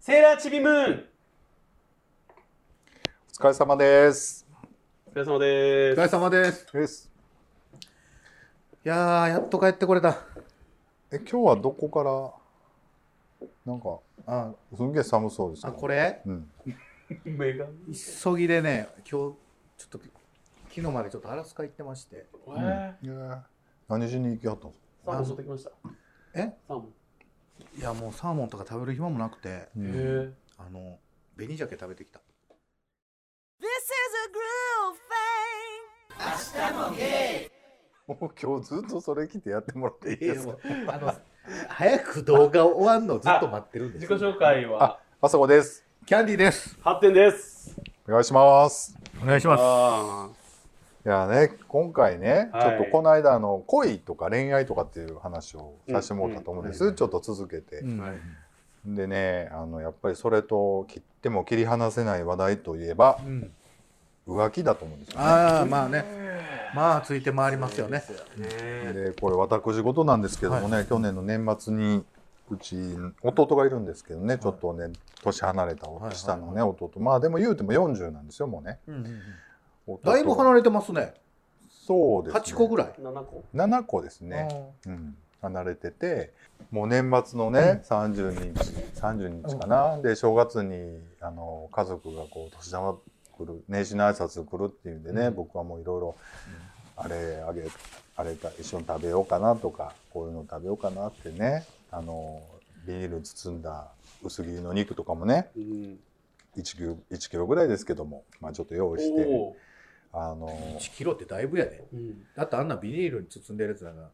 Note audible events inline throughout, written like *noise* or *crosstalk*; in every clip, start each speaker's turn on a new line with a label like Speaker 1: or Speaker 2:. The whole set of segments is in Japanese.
Speaker 1: セーラーちびムーン
Speaker 2: お疲れ様です。
Speaker 1: お疲れ様で
Speaker 3: お疲
Speaker 1: す。
Speaker 3: れ様です。
Speaker 2: です。
Speaker 3: いやー、やっと帰ってこれた。
Speaker 2: え、今日はどこから、なんか、
Speaker 3: あ、
Speaker 2: すんげえ寒そうです
Speaker 3: あ
Speaker 2: ね。
Speaker 3: これ
Speaker 2: うん。
Speaker 1: 目が。
Speaker 3: 急ぎでね、今日、ちょっと、昨日までちょっとアラスカ行ってまして。
Speaker 1: え
Speaker 2: いやー何しに行きはったんですか
Speaker 1: ー、サーモン取ってきました。
Speaker 3: え
Speaker 1: サーモン。
Speaker 3: いや、もうサーモンとか食べる暇もなくて、
Speaker 2: うん
Speaker 1: へ
Speaker 3: あの、紅鮭食べてきた。
Speaker 4: This is a groove thing.
Speaker 2: もう今日ずっとそれ来てやってもらっていいですか
Speaker 3: あの、早く動画終わんのずっと待ってる
Speaker 1: え
Speaker 3: んで
Speaker 1: 自
Speaker 3: す
Speaker 1: 己。紹介は
Speaker 2: あそこです。
Speaker 3: キャンディーです。
Speaker 1: 発展です。
Speaker 2: お願いします。
Speaker 3: お願いしま
Speaker 1: あ
Speaker 2: いやーね、今回ね、
Speaker 1: はい
Speaker 2: ちょっとこの間の恋とか恋愛とかっていう話をさせてもらったと思うんです。
Speaker 3: うんうん
Speaker 2: ちょっと続けて
Speaker 3: う。ん、
Speaker 1: はい
Speaker 2: でね、あの、やっぱりそれと切っても切り離せない話題といえば、
Speaker 3: うん
Speaker 2: 浮気だと思うんですよね。
Speaker 3: ああ、まあね。まあ、ついて回りますよね。
Speaker 1: あ。ねえ。
Speaker 2: でこれ私事なんですけどもね、去年の年末にうち弟がいるんですけどね、ちょっとね年離れた下のね、
Speaker 3: はい
Speaker 2: 弟まあでも言うても40なんですよもうね弟
Speaker 3: だいぶ離れてますね。
Speaker 2: そうです、ね、
Speaker 3: 8個ぐらい。
Speaker 1: 7個。
Speaker 2: 7個ですね、うん、離れててもう年末のね、30日30日かな、で正月にあの家族がこう年玉来る年始の挨拶来るっていうんでね、
Speaker 3: うん
Speaker 2: 僕はもういろいろあれあげあれた一緒に食べようかなとかこういうの食べようかなってねあのビニール包んだ薄切りの肉とかもね
Speaker 1: うん。
Speaker 2: 1キロ1キロぐらいですけども、まあ、ちょっと用意して
Speaker 1: おー
Speaker 2: あの
Speaker 3: 1キロってだいぶやで。
Speaker 1: うん。
Speaker 3: だってあんなビニールに包んでるやつだから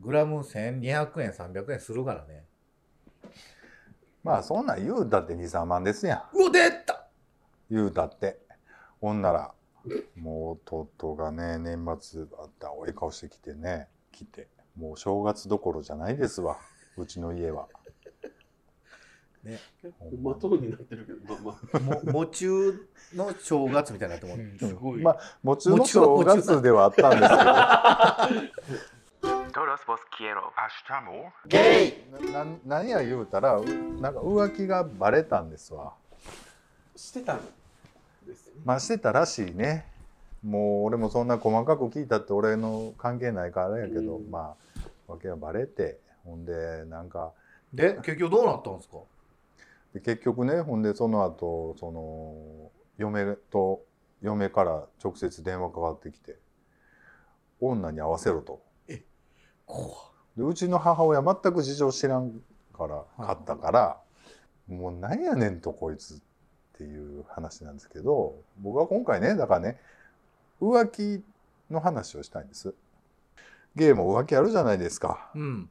Speaker 3: グラム1200円300円するからね
Speaker 2: まあそんなん言うたって23万ですやん。
Speaker 3: うお出た
Speaker 2: 言うたってほんならもう弟がね年末あったおえ顔してきてね来てもう正月どころじゃないですわ *laughs* うちの家は
Speaker 1: 結構まとうになってるけど、まあ
Speaker 3: も喪中の正月みたいになってもらって
Speaker 1: まあ。すご
Speaker 2: まあもちろん正月ではあったんです
Speaker 5: Todos vos quiero.
Speaker 2: けど *laughs* なな何や言うたらうなんか浮気がバレたんですわ
Speaker 1: してたんですね。
Speaker 2: まあしてたらしいねもう俺もそんな細かく聞いたって俺の関係ないからあれやけど、
Speaker 1: うん
Speaker 2: まあわけがバレてほんでなんか
Speaker 3: で結局どうなったんですか
Speaker 2: で結局ねほんでその後その嫁と嫁から直接電話かかってきて女に会わせろと
Speaker 3: こ
Speaker 2: でうちの母親全く事情知らんから
Speaker 3: い
Speaker 2: 買ったから、もうなんやねんとこいつっていう話なんですけど僕は今回ねだからね浮気の話をしたいんですゲーム浮気あるじゃないですか
Speaker 3: ううん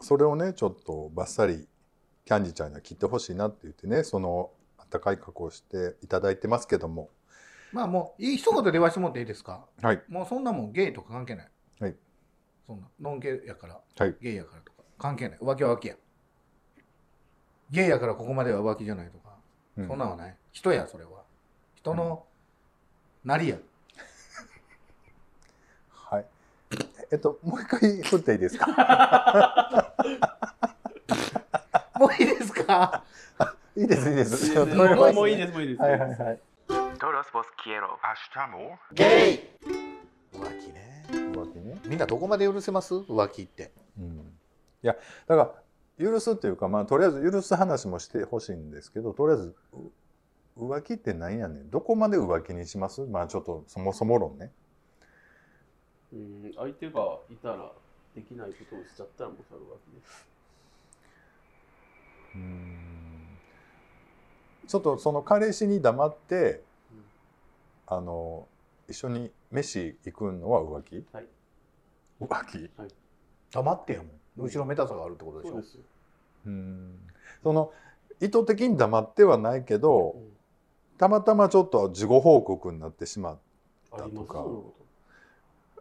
Speaker 2: それをねちょっとバッサリキャンディちゃんには切ってほしいなって言ってねその温かい加工をしていただいてますけども
Speaker 3: まあもういい一言で言わしてもらっていいですか
Speaker 2: はい
Speaker 3: もうそんなもんゲイとか関係ない
Speaker 2: はい
Speaker 3: そんなノンゲイやから、
Speaker 2: はい
Speaker 3: ゲイやからとか関係ない浮気は浮気やゲイやからここまでは浮気じゃないとか、
Speaker 2: うん
Speaker 3: そんなんはない人やそれは人のなりや、
Speaker 2: はいえっともう一回振っていいですか
Speaker 3: もういいですか
Speaker 2: いいですいいです
Speaker 1: いいですねもうもういいで
Speaker 2: す
Speaker 1: す、もういいです。
Speaker 2: はいはいはい
Speaker 5: Todos vos quiero.
Speaker 3: 浮気ね
Speaker 2: 浮気ね
Speaker 3: みんなどこまで許せます浮気って
Speaker 2: うんいやだから許すっていうかまあとりあえず許す話もしてほしいんですけどとりあえずう浮気って何やねんどこまで浮気にしますまあちょっとそもそも論ね
Speaker 1: うん。相手がいたら、できないことをしちゃったらもうそれは浮気です。
Speaker 2: うーんちょっとその彼氏に黙って、あの一緒に飯行くのは浮気、
Speaker 1: はい
Speaker 2: 浮気
Speaker 3: 黙ってやもん後ろめたさがあるってことでし
Speaker 1: そう
Speaker 3: ょ
Speaker 1: ですよ。
Speaker 2: うーんその意図的に黙ってはないけど
Speaker 1: うん
Speaker 2: たまたまちょっと事後報告になってしまう
Speaker 1: あります
Speaker 2: だとか
Speaker 1: そんなこと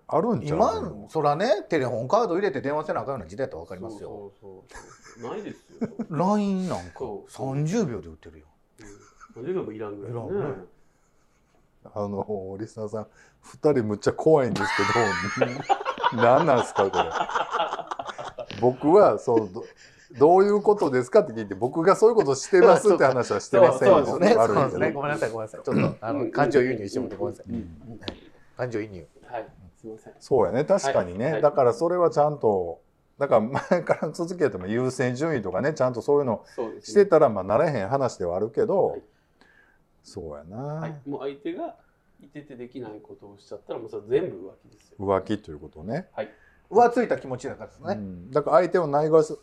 Speaker 2: あるんちゃう
Speaker 3: 今のそらねテレホンカード入れて電話せなあかんような時代とわかりますよ
Speaker 1: そうそうそう。ないですよ。
Speaker 3: LINE なんか
Speaker 1: そう
Speaker 3: 30秒で売ってるよ
Speaker 1: 何十秒もいらんぐらい、ね。
Speaker 3: いらんね
Speaker 2: あのリスナーさん2人むっちゃ怖いんです *laughs* けど何なんすかこれ僕はそうどどういうことですかって聞いて、僕がそういうことしてますって話はしてません
Speaker 1: そ
Speaker 2: よ。
Speaker 1: う
Speaker 3: そうですね。そう
Speaker 2: 悪い
Speaker 3: で
Speaker 2: け
Speaker 3: す
Speaker 2: ど
Speaker 3: ね。ごめんなさい、ごめんなさい。ちょっと、あの、感情輸入してもらってごめんなさい。
Speaker 1: うん
Speaker 3: 感情移入。
Speaker 1: はい、すいません。
Speaker 2: そうやね確かにね、
Speaker 1: はい
Speaker 2: だからそれはちゃんとだから前から続けても優先順位とかねちゃんとそういうの
Speaker 1: そうです、
Speaker 2: してたらまあなれへん話ではあるけど、
Speaker 1: はい
Speaker 2: そうやな、
Speaker 1: はい、もう相手がいててできないことをしちゃったら、もうそれ全部浮気ですよ。
Speaker 2: 浮気ということね、
Speaker 3: 浮ついた気持ちだからです
Speaker 2: う
Speaker 3: ね。
Speaker 2: ん、だから相手をないがし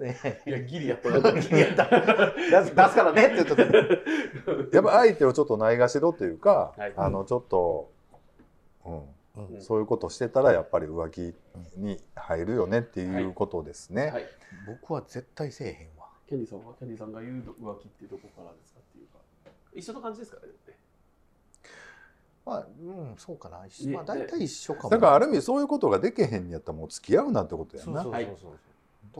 Speaker 3: ね
Speaker 1: いや、ギリやった。ギリやった。
Speaker 3: 出す出すからねって言っとった
Speaker 2: やっぱ相手をちょっとないがしろというか、
Speaker 1: はい
Speaker 2: あのちょっと、うん
Speaker 3: うん
Speaker 2: そういうことしてたらやっぱり浮気に入るよねっていうことですね。
Speaker 1: はい。
Speaker 3: 僕は絶対せえへんわ。
Speaker 1: キャンディさんは、キャンディさんが言う浮気ってどこからですかっていうか。一緒の感じですからね。
Speaker 3: まあ、うん、そうかな。
Speaker 1: ね
Speaker 3: まあ、大体一緒かも。
Speaker 2: だからある
Speaker 3: 意
Speaker 2: 意味そういうことができへんにやったらもう付き合うなってことや
Speaker 3: そう
Speaker 2: な
Speaker 3: そう。そうそう。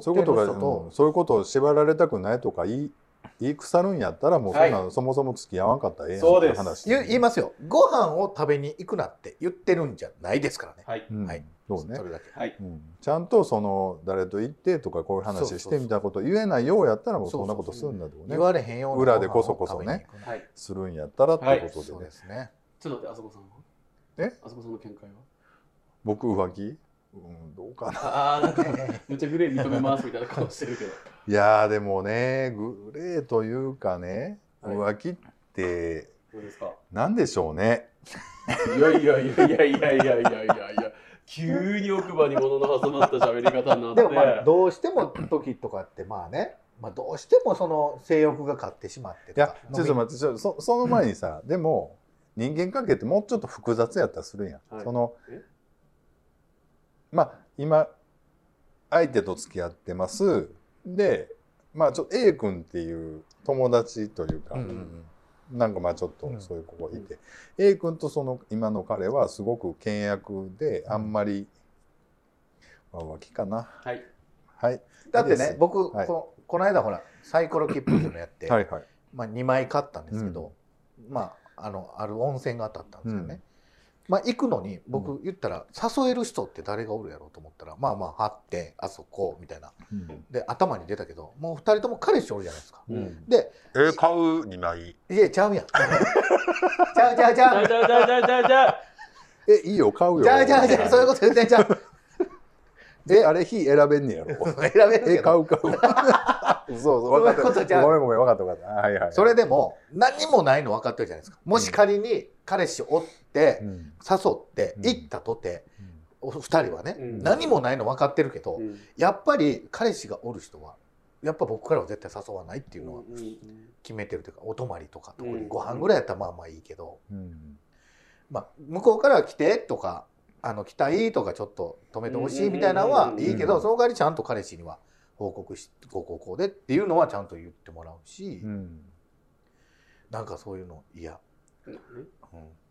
Speaker 2: そういうことが、
Speaker 3: 特定の人
Speaker 2: うんそういうことを縛られたくないとか言い言い腐るんやったらもうそんなのそもそも付き合わんかったらええやん
Speaker 1: そう
Speaker 2: って
Speaker 1: です
Speaker 2: 話
Speaker 3: 言う言いますよ。ご飯を食べに行くなって言ってるんじゃないですからね。
Speaker 1: はい。
Speaker 2: うん
Speaker 3: はい
Speaker 2: そうね
Speaker 3: そ、れだけ。
Speaker 1: はい。
Speaker 2: うん、ちゃんとその誰と行ってとかこういう
Speaker 3: そうそ
Speaker 2: 話
Speaker 3: う
Speaker 2: し
Speaker 3: そ
Speaker 2: て
Speaker 3: う
Speaker 2: みたいなこと言えないようやったらもう
Speaker 3: そ
Speaker 2: そ
Speaker 3: うんそ
Speaker 2: な
Speaker 3: うそう
Speaker 2: ことするんだとかね
Speaker 3: 言われへんような
Speaker 2: 裏でこそこそね
Speaker 3: ご飯を食べに行くな。
Speaker 1: はい。
Speaker 2: するんやったらっていうことで
Speaker 3: そう
Speaker 2: ね、
Speaker 3: ですね。
Speaker 1: ちょっと待って、あそこさんは。
Speaker 2: え
Speaker 1: あそこさんの見解は
Speaker 2: 僕浮気、うん、どうかな
Speaker 1: ああ、なんか、むっちゃグレー認めますみたいな顔してるけど。
Speaker 2: いやーでもねグレーというかね
Speaker 1: はい
Speaker 2: 浮気って
Speaker 1: どうですか
Speaker 2: 何でしょうね
Speaker 1: いやいやいやいやいやいやいやいやいや。急に奥歯に物の挟まった喋り方になって。
Speaker 3: でもまあどうしても時とかってまあね、まあ、どうしてもその性欲が勝ってしまって
Speaker 2: い
Speaker 3: と
Speaker 2: や
Speaker 3: か
Speaker 2: ちょっと待ってちょそその前にさ、でも人間関係ってもうちょっと複雑やったりするやん、
Speaker 1: はい
Speaker 2: その
Speaker 1: え
Speaker 2: まあ今相手と付き合ってますでまあちょっと A 君っていう友達というか、
Speaker 3: 飲みうんうん
Speaker 2: なんかまあちょっと
Speaker 3: うん
Speaker 2: そういう子がいて、A 君とその今の彼はすごく倹約であんまり、まあ浮気かな
Speaker 1: はい。
Speaker 2: はい、
Speaker 3: うんだって
Speaker 2: いいで
Speaker 3: ね
Speaker 2: す
Speaker 3: 僕、
Speaker 2: はい
Speaker 3: このこの間ほらサイコロ切符っていうのやって、
Speaker 2: はいはい
Speaker 3: まあ、2枚買ったんですけど、まああのある温泉が当たったんですよね、まあ、行くのに
Speaker 2: う
Speaker 3: 僕言ったら誘える人って誰がおるやろうと思ったらまあまあ張ってあそこみたいな
Speaker 2: うん
Speaker 3: で頭に出たけどもう2人とも彼氏おるじゃないですか
Speaker 1: うん
Speaker 3: で
Speaker 2: え買う2枚
Speaker 3: 「いやちゃうやん」「ちゃうちゃうち
Speaker 1: じ
Speaker 3: ゃう
Speaker 1: ゃ」じゃじゃじゃじゃじゃ。
Speaker 2: えいいよ買うよ
Speaker 3: じゃあじゃあじゃあそういうこと言ってんじゃん。
Speaker 2: え、あれ、火選べんねや
Speaker 3: *laughs*
Speaker 2: ろ。
Speaker 3: 選べるけ
Speaker 2: え、買
Speaker 3: ど。
Speaker 2: う
Speaker 3: *laughs*
Speaker 2: 買う。そうそう、分かった。
Speaker 3: そういうことじゃん
Speaker 2: ごめんごめん、分かった分かった。はいはい。
Speaker 3: それでも何もないの分かってるじゃないですか。もし仮に彼氏おって
Speaker 2: うん、うん。
Speaker 3: 誘って
Speaker 2: うん
Speaker 3: 行ったとて、お二人はね、
Speaker 1: うん
Speaker 3: 何もないの分かってるけど、
Speaker 1: うん
Speaker 3: やっぱり彼氏がおる人はやっぱ僕からは絶対誘わないっていうのは
Speaker 1: うんうん
Speaker 3: 決めてるというか、お泊まりとか特
Speaker 1: う
Speaker 3: に
Speaker 1: ん
Speaker 3: ご飯ぐらいやったらまあまあいいけど、
Speaker 2: うん。
Speaker 3: まあ向こうから来てとか。あの来たいとかちょっと止めてほしいみたいなのはいいけ
Speaker 2: う
Speaker 3: ど
Speaker 2: ん
Speaker 3: その代わりちゃんと彼氏には報告しこうこうこうでっていうのはちゃんと言ってもらうし、
Speaker 2: うん。
Speaker 3: なんかそういうの嫌、
Speaker 1: うん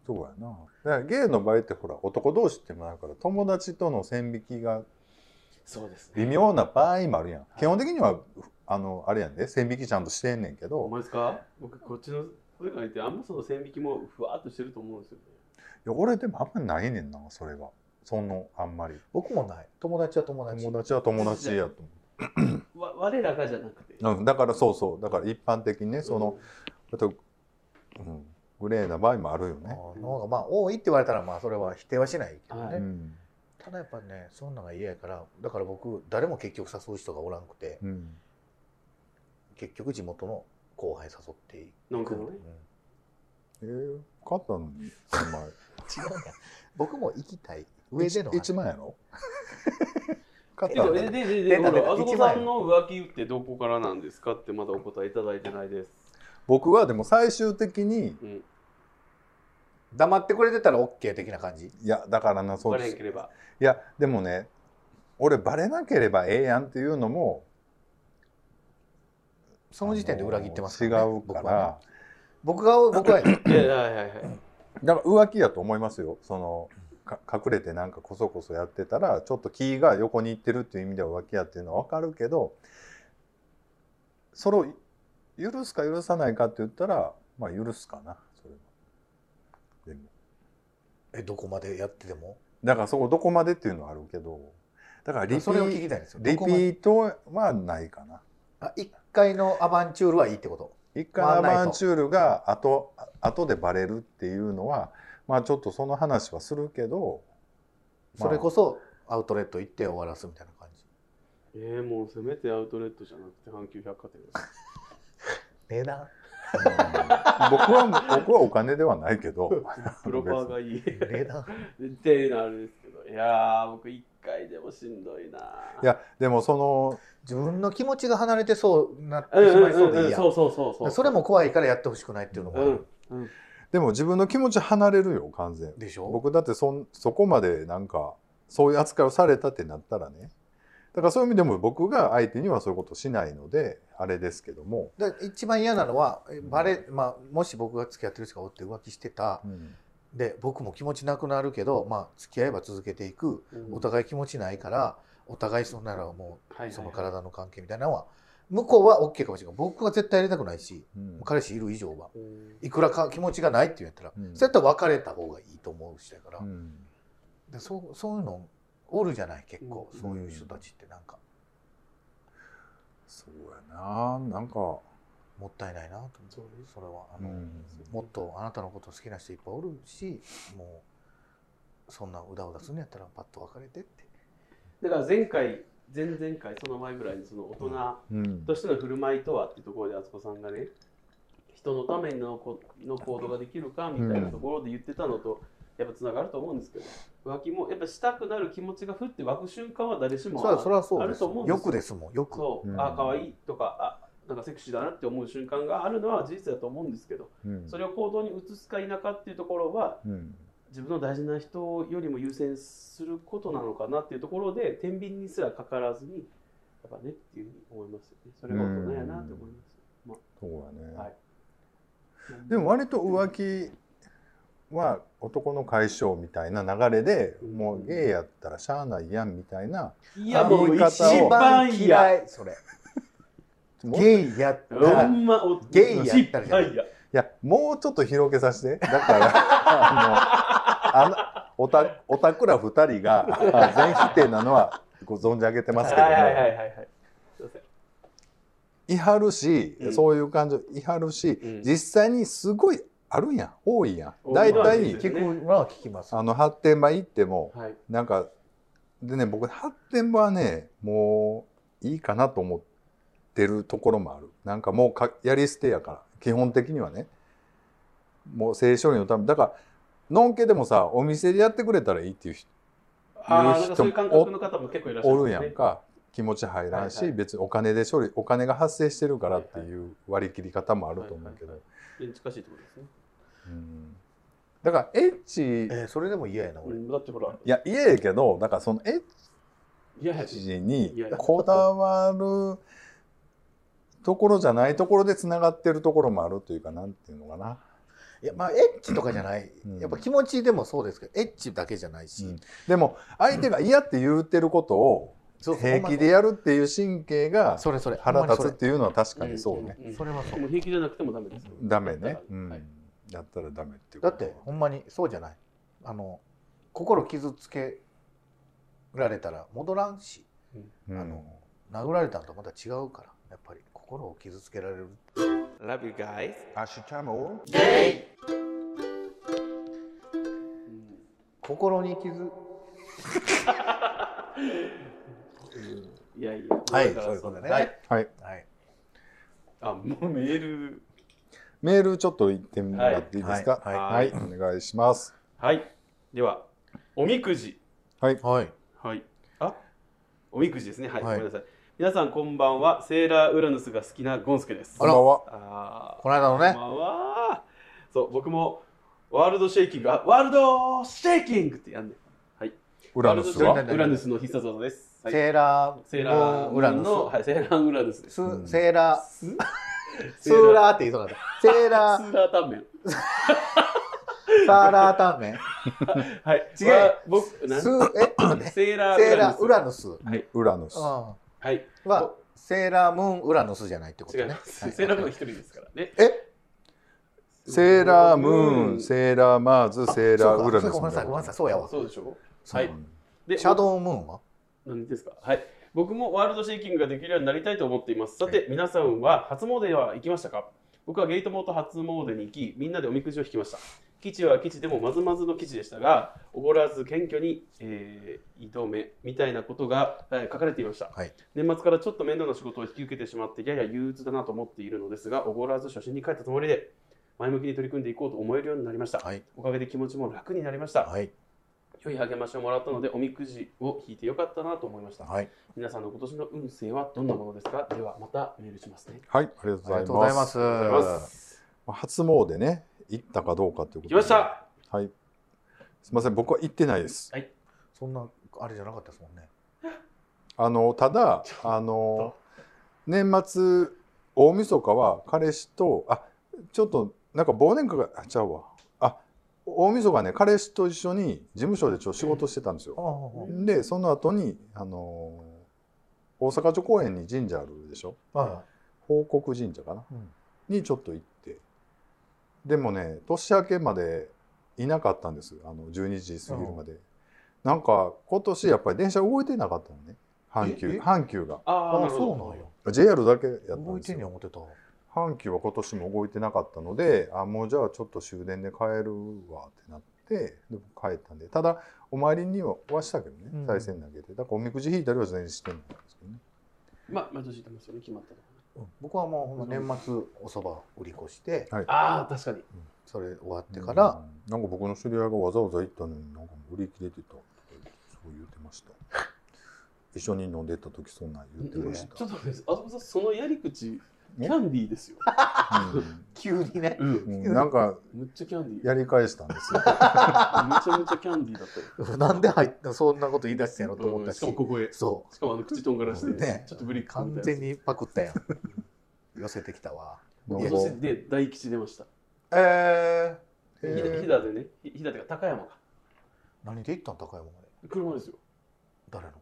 Speaker 2: そうやな。だからゲイの場合ってほら、男同士ってもあるから、友達との線引きが
Speaker 1: そうですね。
Speaker 2: 微妙な場合もあるやん。基本的には、あの、あれやんね、線引きちゃんとしてんねんけ
Speaker 1: お
Speaker 2: ど、
Speaker 1: 前ですか僕、こっちの声がいて、あんまその線引きもふわっとしてると思うんですよね。
Speaker 2: いや俺でもあんまりないねんな、それが。その、あんまり。
Speaker 3: 僕もない友達は友達
Speaker 2: 友達は友達やと
Speaker 1: わ我らがじゃなくて。
Speaker 2: 思う。うん、だからそうそう。だから一般的にね、その、あと、うん、グレーな場合もあるよ
Speaker 3: あー
Speaker 2: ね。
Speaker 3: の方がまあ多いって言われたらまあそれは否定はしないけどね、
Speaker 1: は
Speaker 2: う
Speaker 1: い
Speaker 2: ん。
Speaker 3: ただやっぱねそんなんが嫌やからだから僕誰も結局誘う人がおらんくて
Speaker 2: うん。
Speaker 3: 結局地元の後輩誘ってい
Speaker 1: なん
Speaker 3: く
Speaker 1: か
Speaker 3: う
Speaker 1: ね
Speaker 3: ん、
Speaker 2: えー、買ったのに、3枚。
Speaker 3: 違うね僕も行きたい *laughs* 上での
Speaker 2: 1万やろ買っ
Speaker 1: け
Speaker 2: た
Speaker 1: ど
Speaker 2: の
Speaker 1: えでで
Speaker 3: 出
Speaker 1: で
Speaker 3: た
Speaker 1: ほら
Speaker 3: 出た
Speaker 1: あそこ
Speaker 3: 一枚
Speaker 1: さんの浮気ってどこからなんですかってまだお答えいただいてないです。
Speaker 2: 僕はでも最終的に、
Speaker 1: うん。
Speaker 3: 黙ってくれてたら OK 的な感じ
Speaker 2: いや、だからな、そう
Speaker 1: バレ
Speaker 2: で
Speaker 1: へ
Speaker 2: す。
Speaker 1: んけ
Speaker 2: い
Speaker 1: れば。
Speaker 2: や、でもね、俺、バレなければええやんっていうのも、
Speaker 3: その時点で裏切ってます
Speaker 2: あ
Speaker 3: ね
Speaker 2: の違うか
Speaker 3: 僕はね
Speaker 2: ら、
Speaker 3: 僕が僕はね
Speaker 1: いやいやいやいや。
Speaker 2: だから浮気やと思いますよ。そのか隠れてなんかこそこそやってたらちょっと気が横に行ってるっていう意味では浮気やっていうのは分かるけどそれを許すか許さないかって言ったらまあ許すかなそれはでも
Speaker 3: えどこまでやってても
Speaker 2: だからそこどこまでっていうのはあるけどだからリ
Speaker 3: ら
Speaker 2: ピ
Speaker 3: それを聞きたいんですよ。
Speaker 2: リピ
Speaker 3: どこまで
Speaker 2: ートはないかな。
Speaker 3: あ一回のアバンチュールはいいってこと。
Speaker 2: 一回のアバンチュールが後後でバレるっていうのはまあちょっとその話はするけど、まあ
Speaker 3: それこそアウトレット行って終わらすみたいな感じ。
Speaker 1: えー、もうせめてアウトレットじゃなくて阪急百貨店です
Speaker 3: 値段
Speaker 2: 僕は僕はお金ではないけど
Speaker 1: プロパーがいい
Speaker 3: 値段
Speaker 1: ってなるんですけどいやー僕一回でもしんどいない
Speaker 2: やでもその
Speaker 3: 自分の気持ちが離れてそうなって
Speaker 1: うんう
Speaker 3: し
Speaker 1: ん
Speaker 3: まいそう
Speaker 1: うん
Speaker 3: で
Speaker 1: う
Speaker 3: いい
Speaker 1: ん
Speaker 3: や
Speaker 1: そうそうそうそう
Speaker 3: それも怖いからやってほしくないっていうのもあ
Speaker 1: うん
Speaker 3: る
Speaker 2: でも自分の気持ち離れるよ完全
Speaker 3: でしょ
Speaker 2: 僕だってそんそこまでなんかそういう扱いをされたってなったらねだからそういう意味でも僕が相手にはそういうことしないのであれですけども、
Speaker 3: だから一番嫌なのはえバレ、まあ、もし僕が付き合ってる人がおって浮気してたで僕も気持ちなくなるけど、まあ、付き合えば続けていく
Speaker 1: うん
Speaker 3: お互い気持ちないからお互いそんならも
Speaker 1: はいう
Speaker 3: その
Speaker 1: はいはい
Speaker 3: 体の関係みたいなのは向こうは OK かもしれない僕は絶対やりたくないし
Speaker 2: うん
Speaker 3: 彼氏いる以上は
Speaker 1: うん
Speaker 3: いくらか気持ちがないって言うんやったら、
Speaker 2: うん
Speaker 3: それやったら別れた方がいいと思うしだから、
Speaker 2: うん
Speaker 3: でそうそういうのおるじゃない結構、
Speaker 1: うん
Speaker 3: そういう人たちってなんか
Speaker 2: そうやななんか、
Speaker 3: もったいないなと思う
Speaker 1: そうね
Speaker 3: それはあ
Speaker 2: う
Speaker 3: の、
Speaker 2: ん
Speaker 3: もっとあなたのこと好きな人いっぱいおるしもうそんなうだうだするんやったらパッと別れてって
Speaker 1: だから前回前々回その前ぐらいにその大人
Speaker 2: うん
Speaker 1: としての振る舞いとはっていうところであつこさんがね人のためのこの行動ができるかみたいなところで言ってたのと、やっぱつながると思うんですけど浮気もやっぱしたくなる気持ちがふって湧く瞬間は誰しも
Speaker 3: そりゃそれはそ
Speaker 1: あ
Speaker 3: う
Speaker 1: る
Speaker 3: です
Speaker 1: と思うんですよ
Speaker 3: よくですもんよく
Speaker 1: そう、
Speaker 2: うん
Speaker 1: あ可愛いとかあなんかセクシーだなって思う瞬間があるのは事実だと思うんですけど
Speaker 2: うん
Speaker 1: それを行動に移すか否かっていうところは
Speaker 2: うん
Speaker 1: 自分の大事な人よりも優先することなのかなっていうところで天秤にすらかからずにやっぱねっていうふうに思いますよねそれが大人やなって思います、
Speaker 2: そうやね、
Speaker 1: はい
Speaker 2: でも割と浮気は男の解消みたいな流れで、もうゲイやったらしゃあないやんみたいない
Speaker 1: やもう一
Speaker 2: 言い方を
Speaker 1: 番嫌い
Speaker 3: いそれ
Speaker 2: もうい
Speaker 3: ゲイやった
Speaker 1: ほ
Speaker 3: ら
Speaker 1: んまお
Speaker 3: ゲイやったら
Speaker 1: 一
Speaker 3: じゃん
Speaker 1: 番嫌
Speaker 2: やもうちょっと広げさせてだからあのあのおたおたくら2人があ全否定なのはご存じ上げてますけど
Speaker 1: は
Speaker 2: も、
Speaker 1: いいはいはいはいはいすいません
Speaker 2: はるし、
Speaker 1: うん
Speaker 2: そういう感情いはるし、
Speaker 1: うん
Speaker 2: 実際にすごいあるやん多いやん
Speaker 1: 多い
Speaker 2: 大
Speaker 1: のは事実
Speaker 2: 体
Speaker 3: 聞くのは聞きます
Speaker 2: あの発展場行っても
Speaker 1: はい
Speaker 2: なんかでね僕発展場はねもういいかなと思ってるところもあるなんかもうかやり捨てやから基本的にはねもう性処理のためだからのんけでもさお店でやってくれたらいいっていう人
Speaker 1: ああなんかそういう感覚の方も結構いらっしゃ
Speaker 2: お
Speaker 1: る
Speaker 2: るやんか気持ち入らんし、
Speaker 1: はいはい
Speaker 2: 別にお金で処理お金が発生してるからっていう割り切り方もあると思うけど、
Speaker 1: はい現地化しいってことですね
Speaker 2: うんだからエッチ
Speaker 3: えーそれでも嫌やな
Speaker 1: う
Speaker 3: 俺
Speaker 1: んだってほら
Speaker 2: いや嫌やけどだからそのエッ
Speaker 1: いやいや
Speaker 2: 時に
Speaker 1: いやいや
Speaker 2: こだわるところじゃないところでつながってるところもあるというかなんていうのかな。
Speaker 3: いやまあエッチとかじゃない
Speaker 2: うん
Speaker 3: やっぱ気持ちでもそうですけどエッチだけじゃないし
Speaker 2: うんでも相手が嫌って言うてることを
Speaker 3: そうそう
Speaker 2: 平気でやるっていう神経が
Speaker 3: それそれ
Speaker 2: 腹立つっ
Speaker 3: ほんまに
Speaker 2: ていうのは確かにそうね。
Speaker 1: んんん
Speaker 3: それそれはそう
Speaker 1: もう平気じゃなくてもダメですよ
Speaker 2: ダメね。う
Speaker 1: はい
Speaker 2: ん、やったらダメっていう
Speaker 3: だ
Speaker 2: こ
Speaker 3: っ
Speaker 2: とは
Speaker 3: てほんまにそうじゃないあの心傷つけられたら戻らんし
Speaker 2: うん
Speaker 3: あの殴られたんとまた違うからやっぱり心を傷つけられる
Speaker 1: Love you guys
Speaker 2: アッシュチャム
Speaker 3: 心に傷
Speaker 1: いやいや
Speaker 3: はい
Speaker 1: だから
Speaker 3: そういうことね
Speaker 1: はい
Speaker 2: はい。
Speaker 3: はい
Speaker 1: あもうメール
Speaker 2: メールちょっと言ってもらっていいですか。
Speaker 3: はい
Speaker 1: はい
Speaker 2: はいお願いします。
Speaker 1: はいではおみくじ
Speaker 2: はい。
Speaker 3: はい
Speaker 1: はいあおみくじですねはいご
Speaker 3: はい
Speaker 1: めんなさい皆さんこんばんはセーラーウラヌスが好きなゴンスケです
Speaker 2: こんばんは。
Speaker 1: あー
Speaker 3: この間の
Speaker 1: こん
Speaker 3: ね
Speaker 1: ばんはそう僕もワールドシェイキングあワールドシェイキングってやんね
Speaker 2: ウラヌス
Speaker 1: ワ
Speaker 2: は
Speaker 1: ールドウラヌスの必殺技です。はい
Speaker 3: セーラ
Speaker 1: セー
Speaker 3: ーム
Speaker 1: ラ
Speaker 3: ー
Speaker 1: ー
Speaker 3: ンウラヌス
Speaker 1: の、はい、セーラーウラヌスです。
Speaker 3: ス
Speaker 2: うん
Speaker 3: セーラー
Speaker 1: ス
Speaker 3: スーラーって言いそう
Speaker 1: *laughs*
Speaker 3: だったセーラ
Speaker 1: ス
Speaker 3: ー
Speaker 1: ーラータンメン。
Speaker 3: サーラータンメン
Speaker 1: はい。
Speaker 3: 違う
Speaker 1: わ僕、なん
Speaker 3: ス
Speaker 1: *laughs*
Speaker 3: え
Speaker 1: セーラー
Speaker 3: セ
Speaker 1: ウラ
Speaker 3: ー
Speaker 1: ヌ
Speaker 3: ラ
Speaker 1: ス。
Speaker 3: ーウラヌスうん
Speaker 2: ウラヌス。
Speaker 3: は
Speaker 1: はい。
Speaker 3: セーラームーンウラヌスじゃない *laughs* ってこと
Speaker 1: 違い
Speaker 3: ね
Speaker 1: ます。
Speaker 3: はい
Speaker 1: セーラームーン一人ですからね。
Speaker 3: え
Speaker 2: セーラームーン、
Speaker 1: セ
Speaker 2: セーラーマーズ、セーラーウラ
Speaker 3: そ
Speaker 2: ヌ
Speaker 3: う
Speaker 2: ス。
Speaker 3: かごめんなさいごめんなさいそうやわ
Speaker 1: そうでしょ
Speaker 3: シ
Speaker 1: はい。で、
Speaker 3: ャドームーンは
Speaker 1: 何ですかはい僕もワールドシェイキングができるようになりたいと思っていますさて皆さんは初詣は行きましたか僕はゲートモート初詣に行きみんなでおみくじを引きました吉は吉でもまずまずの吉でしたがおごらず謙虚に、えー、挑めみたいなことが、えー書かれていました、
Speaker 3: はい
Speaker 1: 年末からちょっと面倒な仕事を引き受けてしまってやや憂鬱だなと思っているのですがおごらず初心に帰ったつもりで前向きに取り組んでいこうと思えるようになりました、
Speaker 3: はい
Speaker 1: おかげで気持ちも楽になりました、
Speaker 3: はい
Speaker 1: 良い励ましをもらったのでおみくじを引いてよかったなと思いました、
Speaker 3: はい
Speaker 1: 皆さんの今年の運勢はどんなものですかではまたメールしますね
Speaker 2: はい、ありが
Speaker 3: ありが
Speaker 2: と
Speaker 3: と
Speaker 2: う
Speaker 3: う
Speaker 2: ご
Speaker 3: ご
Speaker 2: ざ
Speaker 3: ざ
Speaker 2: い
Speaker 3: い
Speaker 2: ま。
Speaker 3: ますす
Speaker 1: ありがとうございます
Speaker 2: 初詣ね、行ったかどうかとい
Speaker 1: 行
Speaker 2: うことで
Speaker 1: きました
Speaker 2: はい。すみません、僕は行ってないです。
Speaker 3: そんなあれじゃなかったですもんね
Speaker 2: あのただあの年末大晦日は彼氏とあちょっとなんか忘年会があちゃうわあ大晦日はね彼氏と一緒に事務所でちょっと仕事してたんですよ。でその後にあの大阪城公園に神社あるでしょ
Speaker 3: あは
Speaker 2: 報国神社かな、
Speaker 3: うん
Speaker 2: にちょっと行ってでもね年明けまでいなかったんですあの12時過ぎるまで、なんか今年やっぱり電車動いてなかったのね阪
Speaker 3: え
Speaker 2: 急
Speaker 3: え
Speaker 2: 阪急が
Speaker 1: あ
Speaker 3: あ
Speaker 1: ー
Speaker 3: あ
Speaker 1: なるほど
Speaker 3: そうなんや
Speaker 2: JR だけやったん
Speaker 3: 動い
Speaker 2: です
Speaker 3: てんねや
Speaker 2: よ
Speaker 3: 思ってた
Speaker 2: 阪急は今年も動いてなかったのであもうじゃあちょっと終電で帰るわってなってで帰ったんでただお参りにははしたけどね
Speaker 3: うん
Speaker 2: 賽銭投げてだからおみくじ引いたりは全然してないんですけどね
Speaker 1: まあ毎年言ってますよね決まったの
Speaker 3: 僕はもうほんま年末おそば売り越して
Speaker 1: ああ確かに
Speaker 3: それ終わってから、
Speaker 2: うんなんか僕の知り合いがわざわざ行ったのになんかもう売り切れてたそう言ってま
Speaker 3: *laughs*
Speaker 2: した一緒に飲んでた時そんなん言ってまし
Speaker 1: ち
Speaker 2: た
Speaker 1: ょっと待ってあそこさんそのやり口キャンディーですよ、
Speaker 3: 急にね
Speaker 1: うん
Speaker 2: うんうんなんか
Speaker 1: むっちゃキャンディー
Speaker 2: やり返したんです
Speaker 3: *laughs*
Speaker 2: よ
Speaker 1: めちゃめちゃキャンディーだったよ
Speaker 3: なんで入ったそんなこと言い出したんやろと思っ
Speaker 1: うん
Speaker 3: た
Speaker 1: し
Speaker 3: し
Speaker 1: かもここへ
Speaker 3: そ
Speaker 1: しかもあの口とんがらして、
Speaker 3: ね
Speaker 1: ちょっとブリッ
Speaker 3: う
Speaker 1: クみ
Speaker 3: 完
Speaker 1: たい
Speaker 3: 全
Speaker 1: な
Speaker 3: にパクったやん寄せてきたわ
Speaker 2: なん
Speaker 1: 今
Speaker 2: か
Speaker 1: 年で大吉出ました
Speaker 3: え
Speaker 1: ひだ
Speaker 2: え
Speaker 1: ひだでねひひだってか高山か
Speaker 3: 何で行ったん高山まで
Speaker 1: 車ですよ
Speaker 3: 誰の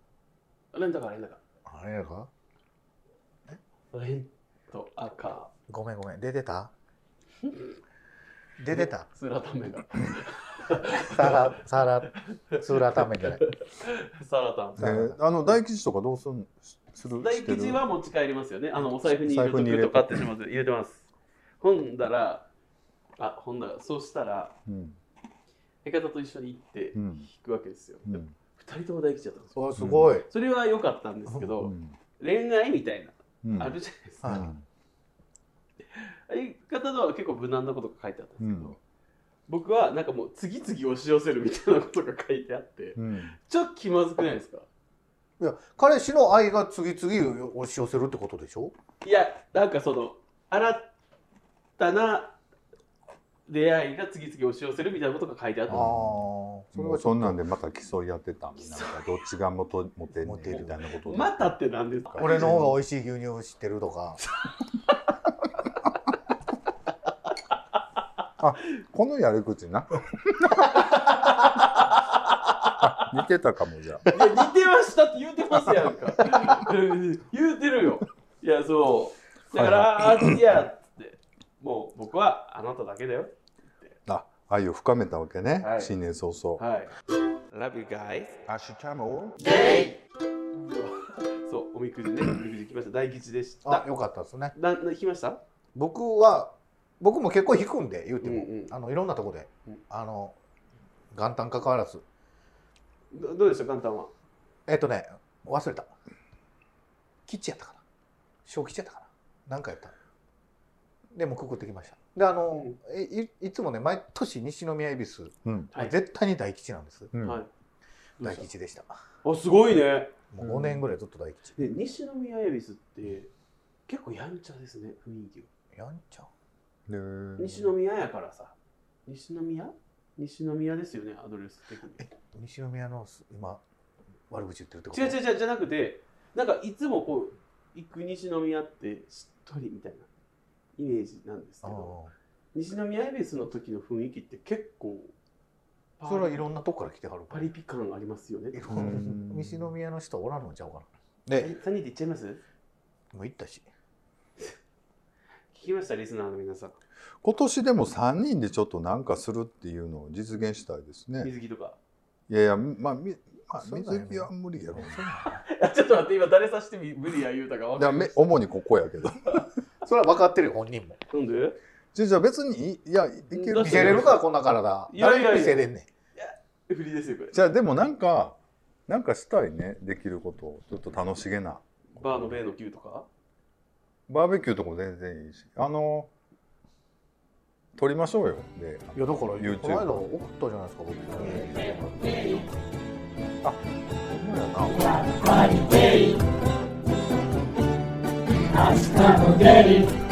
Speaker 1: レンタカーレンタカ
Speaker 3: あれやか
Speaker 1: ーレントアカー
Speaker 3: ごめんごめん出て *laughs* た出てた
Speaker 1: スラタメが
Speaker 3: サラサラスーラタメじゃない
Speaker 1: サラタン
Speaker 2: えーあの大吉とかどうすんする
Speaker 1: 大吉は
Speaker 2: して
Speaker 1: 持ち帰りますよね。あのお財布に入れ
Speaker 2: 財布
Speaker 1: と
Speaker 2: に入
Speaker 1: く
Speaker 2: れ
Speaker 1: と
Speaker 2: とく
Speaker 1: かってします。入れてます。ほんだら、あ、ほんだら、そうしたら、
Speaker 2: るうん
Speaker 1: 相方と一緒に行って
Speaker 2: う
Speaker 1: 引
Speaker 2: ん
Speaker 1: くわけですよ。
Speaker 2: う
Speaker 1: で
Speaker 2: ん
Speaker 1: 二人とも大吉だったんですよ。
Speaker 3: おすごい、
Speaker 1: それは良かったんですけ
Speaker 2: う
Speaker 1: ど、
Speaker 2: ん
Speaker 1: 恋愛みたいな、
Speaker 2: うん
Speaker 1: あるじゃないです
Speaker 2: う
Speaker 1: か。
Speaker 2: ん
Speaker 1: 相方のは結構無難なことが書いてあったんですけど、
Speaker 2: うん
Speaker 1: 僕はなんかもう次々押し寄せるみたいなことが書いてあって、
Speaker 2: うん
Speaker 1: ちょっと気まずくないですか
Speaker 3: いや彼氏の愛が次々押し寄せるってことでしょ
Speaker 1: いや、なんかその、新たな出会いが次々押し寄せるみたいなことが書いてあった
Speaker 3: ああ
Speaker 1: の。
Speaker 3: それ
Speaker 2: もう
Speaker 3: は
Speaker 2: そんなんでまた競い合ってたんなんかどっちがモテモテんねん
Speaker 3: モテる
Speaker 2: みたいなことで
Speaker 1: またってなんですか
Speaker 3: 俺の方が美味しい牛乳を知ってると *laughs* か
Speaker 2: このやり口
Speaker 3: *laughs*
Speaker 2: な似てたかもじゃあ
Speaker 1: いや、似てましたって言うてますやんか。 *laughs* 言うてるよ。いや、そう。だから、あいや、つって、もう僕はあなただけだよ。
Speaker 2: あ愛を深めたわけね、
Speaker 1: はい
Speaker 2: 新年早々、
Speaker 1: はい。Love you guys.
Speaker 2: アシュチャモ
Speaker 1: そう、おみくじね、おみくじ来ました。大吉でし
Speaker 3: あ
Speaker 1: た。
Speaker 3: よかったですね
Speaker 1: な、な、来ました
Speaker 3: 僕は僕も結構引くんで言うても、
Speaker 1: うんうん
Speaker 3: あのいろんなとこで、
Speaker 1: うん
Speaker 3: あの元旦関わらず
Speaker 1: どどうでした、簡単は。
Speaker 3: えっ、とね忘れたキッチンやったかな小吉やったかな何かやったでもくくってきましたであの、えいいつもね毎年西宮恵比寿、
Speaker 2: うん
Speaker 1: はい
Speaker 3: 絶対に大吉なんです
Speaker 2: うん
Speaker 1: はい。どう
Speaker 3: 大
Speaker 1: でし
Speaker 3: 吉でした
Speaker 1: たあ、すごいね。
Speaker 3: もう5年ぐらいずっと大吉、
Speaker 1: で西宮恵比寿って結構やんちゃですね雰囲気が
Speaker 3: やんちゃん
Speaker 2: で
Speaker 1: 西宮やからさ西宮西宮ですよねアドレス的に
Speaker 3: 西宮のす今悪口言ってるってこと
Speaker 1: 違う違う違うじゃなくてなんかいつもこう行く西宮ってしっとりみたいなイメージなんですけど
Speaker 3: あ
Speaker 1: 西宮恵比寿の時の雰囲気って結構
Speaker 3: あ
Speaker 1: パ
Speaker 3: それはいろんなとこから来てはる
Speaker 1: パリピ感ありますよね
Speaker 3: いろ
Speaker 2: うんん *laughs*
Speaker 3: な西宮の人おらんのちゃうかな
Speaker 1: え3人で行っちゃいます
Speaker 3: もう行ったし
Speaker 1: 聞きましたリスナーの皆さん
Speaker 2: 今年でも3人でちょっとなんかするっていうのを実現したいですね
Speaker 1: 水着とか *laughs*
Speaker 2: いやいやまあみまあ、
Speaker 3: そうだよね
Speaker 2: 水着は無理やろうな。
Speaker 1: やちょっと待って、今誰さしてみ無理や言うたか分
Speaker 2: だか
Speaker 1: からん
Speaker 2: め主にここやけど。
Speaker 3: それは分かってるよ本人も
Speaker 1: なんで
Speaker 2: *laughs* じゃあじゃあ別にいいいやいける
Speaker 3: 見せれるかこんな体
Speaker 1: いやいや
Speaker 3: 誰
Speaker 1: いや
Speaker 3: に見せれんねん
Speaker 1: 振りですよ、これ。
Speaker 2: じゃあでもなんかなんかしたいねできることをちょっと楽しげな
Speaker 1: バーの米の牛とか
Speaker 2: バーベキューとかも全然いいしあの撮りましょうよで
Speaker 3: いやだから
Speaker 2: YouTube
Speaker 3: この間送ったじゃないですか
Speaker 2: あほんまやな
Speaker 6: Hasta spaghetti.